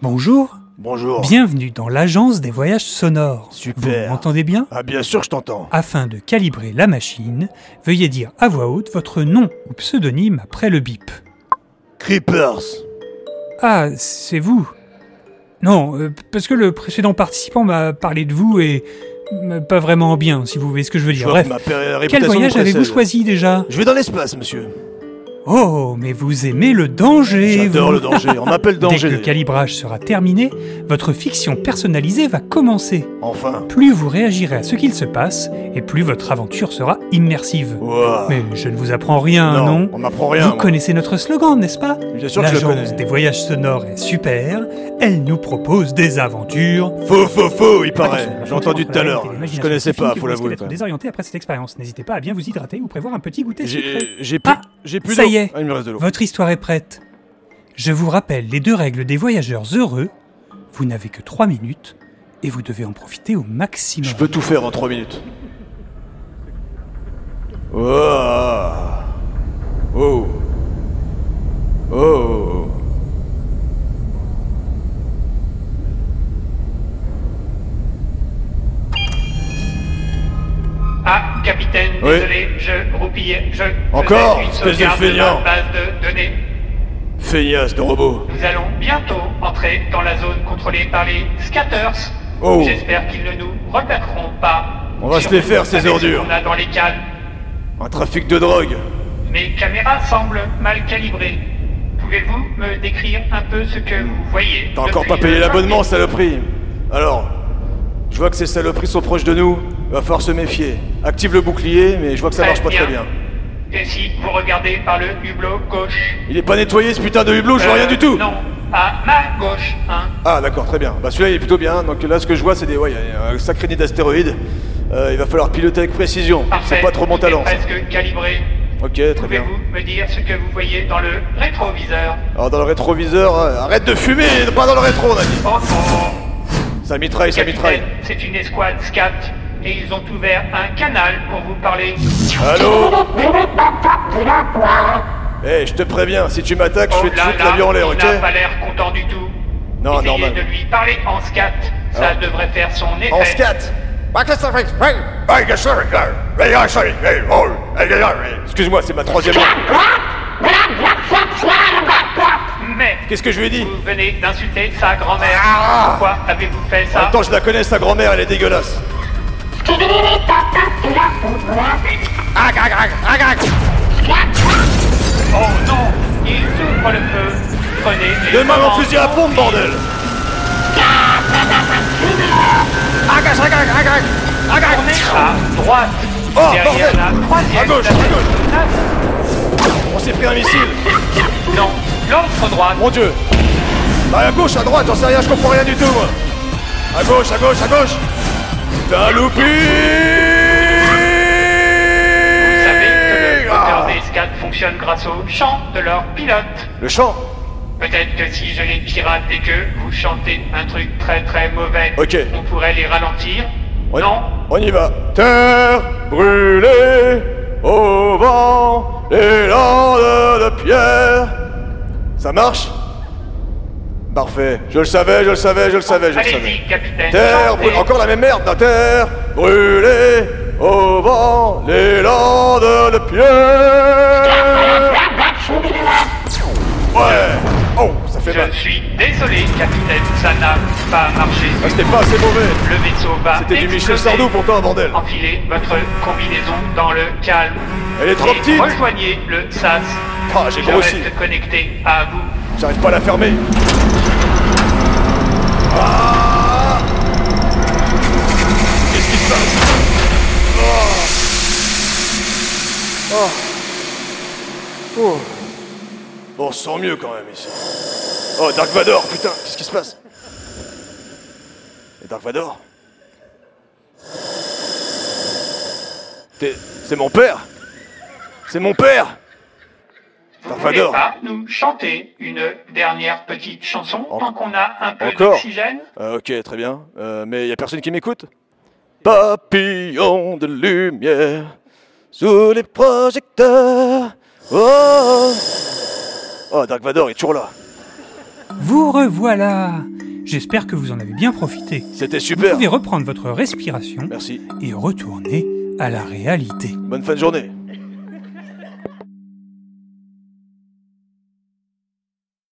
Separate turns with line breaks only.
Bonjour,
Bonjour.
bienvenue dans l'agence des voyages sonores.
Super.
Vous m'entendez bien
Ah, bien sûr, je t'entends.
Afin de calibrer la machine, veuillez dire à voix haute votre nom ou pseudonyme après le bip.
Creepers.
Ah, c'est vous Non, euh, parce que le précédent participant m'a parlé de vous et euh, pas vraiment bien, si vous voyez ce que je veux
Je
dire.
vois que
Bref,
ma pé- réputation
quel
me
voyage avez-vous
précède.
choisi déjà
Je vais dans l'espace, monsieur.
Oh, mais vous aimez le danger
J'adore
vous.
le danger. On m'appelle danger.
Dès que le calibrage sera terminé, votre fiction personnalisée va commencer.
Enfin.
Plus vous réagirez à ce qu'il se passe, et plus votre aventure sera immersive.
Ouah.
Mais je ne vous apprends rien, non,
non, on m'apprend rien.
Vous
moi.
connaissez notre slogan, n'est-ce pas
Bien sûr que je le
L'agence
connais.
des voyages sonores est super, elle nous propose des Ah, aventures.
Faux, faux, faux, il
Attention,
paraît.
la
J'ai entendu
frontière
tout à
entre la réalité et
l'heure. Je
l'imagination
connaissais
suffit
pas,
que
faut
vous risquez
l'avouer.
d'être
quand même.
désorienté après cette expérience. N'hésitez pas à bien vous hydrater ou prévoir un petit goûter sucré.
J'ai j'ai plus.
Ah,
J'ai plus
ça
d'eau.
y est.
Ah, il me reste de l'eau.
Votre histoire est prête. Je vous rappelle les deux règles des voyageurs heureux. Vous n'avez que trois minutes et vous devez en profiter au maximum.
Je peux tout faire en 3 minutes. Oh. Oh. Oh.
Ah, capitaine,
Oui.
désolé, je roupillais, je.
Encore,
faisais une
espèce de
sauvegarde
feignant.
ma base de données.
Feignasse de robot.
Nous allons bientôt entrer dans la zone contrôlée par les scatters.
Oh.
J'espère qu'ils ne nous repéreront pas.
On va se les faire, ces
Surtout avec
ordures.
ce qu'on a dans les cales.
Un trafic de drogue.
Mes caméras semblent mal calibrées. Pouvez-vous me décrire un peu ce que vous voyez
T'as encore
depuis
pas payé
le
l'abonnement,
cockpit
saloperie Alors, je vois que ces saloperies sont proches de nous. Va falloir se méfier. Active le bouclier, mais je vois que ça marche pas très bien.
Et si vous regardez par le hublot gauche
Il est pas nettoyé ce putain de hublot, je vois
Euh,
rien du tout
Non, à ma gauche, hein.
Ah d'accord, très bien. Bah celui-là il est plutôt bien. Donc là ce que je vois c'est des... Ouais, il y a un sacré nid d'astéroïdes. Euh, il va falloir piloter avec précision.
Parfait.
C'est pas trop mon
Tout est
talent. ça.
Presque calibré.
Ok, très bien.
Pouvez-vous me dire ce que vous voyez dans le rétroviseur
Alors dans le rétroviseur, euh, arrête de fumer, pas dans le rétro, on a dit.
Oh oh
Ça mitraille, ça mitraille.
Capitaine, c'est une escouade SCAT et ils ont ouvert un canal pour vous parler.
Allô Eh, je te préviens, si tu m'attaques, je
Oh
vais te
là
foutre
là,
l'avion en l'air,
il
ok
n'a pas l'air content du tout.
Non,
Essayez
normal.
de lui parler en SCAT, ça
Ah.
devrait faire son effet.
En scat Oh, Excuse-moi, c'est ma troisième langue.
Mais
Qu'est-ce que je lui ai dit
vous venez d'insulter sa grand-mère. Pourquoi avez-vous fait ça
Attends, je la connais, sa grand-mère, elle est dégueulasse.
Oh non Ils ouvrent le feu. Prenez les
Demain, mon
commandes.
fusil à pompe, bordel
Ah, à droite.
Ah, Oh,
derrière
bordel.
la troisième.
À gauche, à
la-
gauche. On s'est pris un missile.
Non, l'autre droite.
Mon dieu Bah, à gauche, à droite, j'en sais rien, je comprends rien du tout, moi À gauche, à gauche, à gauche T'as loupé
Vous savez que le
Ah.
moteur des SCAD fonctionne grâce au chant de leur pilote.
Le chant
Peut-être que si je les pirate et que vous chantez un truc très très mauvais,
Ok.
on pourrait les ralentir.
On-
Non
On y va. Terre brûlée au vent, les landes de pierre. Ça marche Parfait. Je le savais, je le savais, je le savais, je le savais.
Allez-y, capitaine.
Terre
chantez.
brûlée. Encore la même merde. La terre brûlée au vent, les landes de pierre. Ouais. Oh, ça fait mal.
Je suis désolé, capitaine, ça n'a pas marché.
Ah, C'était pas assez mauvais.
Le vaisseau va
C'était du Michel
exploser.
Sardou pourtant, bordel.
Enfilez votre combinaison dans le calme.
Elle est trop
Et
petite.
Rejoignez le SAS.
Ah, j'ai
Je
grossi.
reste connecté à vous.
J'arrive pas à la fermer. Ah Qu'est-ce qui se passe Ah Oh. Ah Oh. Bon, on se sent mieux quand même ici. Oh, Dark Vador, putain, qu'est-ce qui se passe Et Dark Vador T'es- C'est mon père C'est mon père Dark
Vous voulez
Vador
pas nous chanter une dernière petite chanson
En-
tant qu'on a un peu
Encore
d'oxygène
Euh, ok, très bien. Euh, mais il a personne qui m'écoute Papillon de lumière sous les projecteurs. Oh, oh Dark Vador est toujours là.
Vous revoilà J'espère que vous en avez bien profité.
C'était
Vous
super.
pouvez reprendre votre respiration
Merci.
et retourner à la réalité.
Bonne fin de journée.